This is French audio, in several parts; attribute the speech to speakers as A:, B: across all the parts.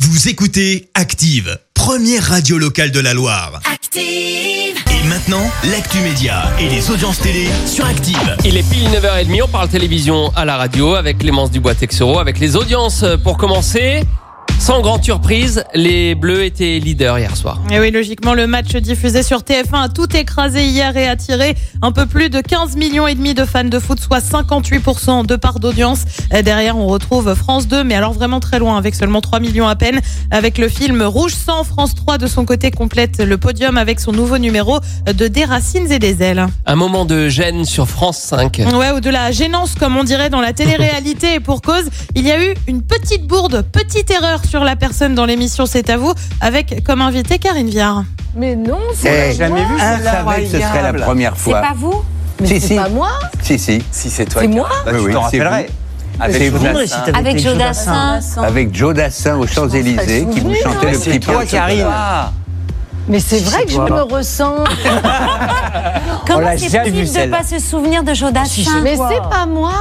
A: Vous écoutez Active, première radio locale de la Loire.
B: Active.
A: Et maintenant, l'actu média et les audiences télé sur Active.
C: Il est pile 9h30, on parle télévision à la radio avec Clémence Dubois-Texero, avec les audiences pour commencer. Sans grande surprise, les Bleus étaient leaders hier soir.
D: Et Eh oui, logiquement, le match diffusé sur TF1 a tout écrasé hier et attiré un peu plus de 15 millions et demi de fans de foot, soit 58% de part d'audience. Euh, Derrière, on retrouve France 2, mais alors vraiment très loin, avec seulement 3 millions à peine. Avec le film Rouge sang, France 3 de son côté complète le podium avec son nouveau numéro de Des racines et des ailes.
C: Un moment de gêne sur France 5.
D: Ouais, ou de la gênance, comme on dirait dans la télé-réalité. Et pour cause, il y a eu une petite bourde, petite erreur sur la personne dans l'émission C'est à vous, avec comme invité Karine Viard.
E: Mais non,
B: Eh,
F: Eh.
E: c'est pas moi.
F: Un savait que ce serait la première
E: C'est
F: fois.
E: pas vous Mais
F: Si,
E: c'est
F: si.
E: pas moi
F: Si, si.
G: Si c'est toi,
E: C'est
G: Karl,
E: moi
G: bah,
F: Oui,
G: tu
F: oui,
G: t'en
F: c'est Ah,
G: rappellerais.
F: C'est
G: Avec
F: vous.
G: Jodassin.
E: Avec Joe Dassin.
F: Avec Joe Dassin aux Champs-Élysées qui vous
E: souvenir,
F: chantait
E: hein.
F: le petit
G: toi,
F: pain.
G: Karine.
E: Mais c'est vrai que je me ressens.
B: Comment
G: l'a
B: c'est
G: jamais
B: possible
G: vu,
B: de
G: celle-là.
B: pas se souvenir de Jodassin
E: Mais c'est pas moi.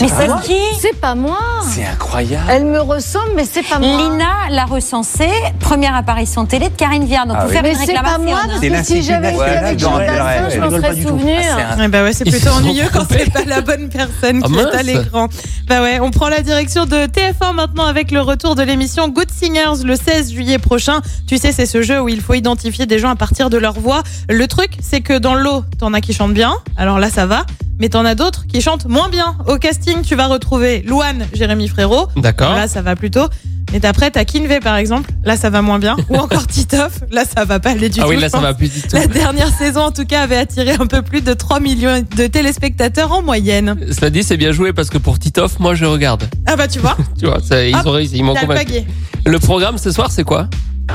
B: Mais c'est qui
E: C'est pas moi.
G: C'est incroyable.
E: Elle me ressemble, mais c'est pas moi.
B: Lina l'a recensé, première apparition télé de Karine Viard. Donc,
F: Ah
B: faut
F: oui.
B: faire
E: Mais
B: une
E: c'est pas
B: réclamation.
E: moi,
B: hein.
E: parce
F: C'est
E: que si
F: l'Institut
E: j'avais été
F: national
E: avec
F: de
E: Jean Dassin,
F: Rêve.
E: je m'en serais souvenu.
G: Ah, c'est un-
D: Eh ben ouais, c'est
C: Ils
D: plutôt
C: se sont
D: ennuyeux quand
C: trompés.
D: c'est pas la bonne personne
C: Ah
D: qui
C: mince.
D: est à l'écran. Bah ouais, on prend la direction de TF1 maintenant avec le retour de l'émission Good Singers le 16 juillet prochain. Tu sais, c'est ce jeu où il faut identifier des gens à partir de leur voix. Le truc, c'est que dans l'eau, t'en as qui chantent bien. Alors là, ça va. Mais t'en as d'autres qui chantent moins bien. Au casting, tu vas retrouver Louane, Jérémy Frérot.
C: D'accord.
D: Là, ça va plutôt. Mais d'après, t'as Kinvey par exemple. Là, ça va moins bien. Ou encore Titoff. Là, ça va pas aller du
C: Ah
D: tout.
C: oui,
D: je
C: là ça
D: pense.
C: va plus du tout.
D: La dernière saison, en tout cas, avait attiré un peu plus de 3 millions de téléspectateurs en moyenne.
C: Cela dit, c'est bien joué parce que pour Titoff, moi je regarde.
D: Ah bah tu vois,
C: Tu vois, ça- ils,
D: Hop,
C: ont réussi, ils m'ont
D: t'as le
C: convaincu.
D: baguet.
C: Le programme ce soir, c'est quoi
D: Bah,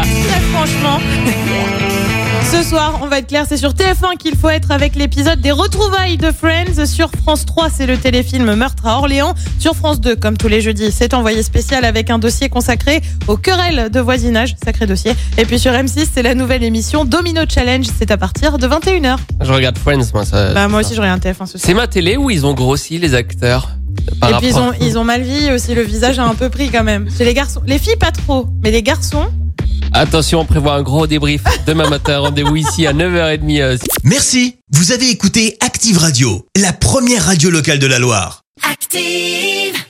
D: très franchement... Ce soir, on va être clair, c'est sur TF1 qu'il faut être avec l'épisode des retrouvailles de Friends. Sur France 3, c'est le téléfilm Meurtre à Orléans. Sur France 2, comme tous les jeudis, c'est envoyé spécial avec un dossier consacré aux querelles de voisinage. Sacré dossier. Et puis sur M6, c'est la nouvelle émission Domino Challenge. C'est à partir de 21h.
C: Je regarde Friends, moi. Euh, Ça,
D: Bah, moi aussi, je regarde TF1 ce soir.
C: C'est ma télé où ils ont grossi les acteurs par
D: Et puis ils
C: rapport-
D: ont, ils ont mal vie aussi, le visage a un peu pris quand même. Chez les garçons, les filles pas trop, mais les garçons.
C: Attention, on prévoit un gros débrief demain matin. Rendez-vous ici à 9h30. euh,
A: Merci. Vous avez écouté Active Radio, la première radio locale de la Loire.
B: Active.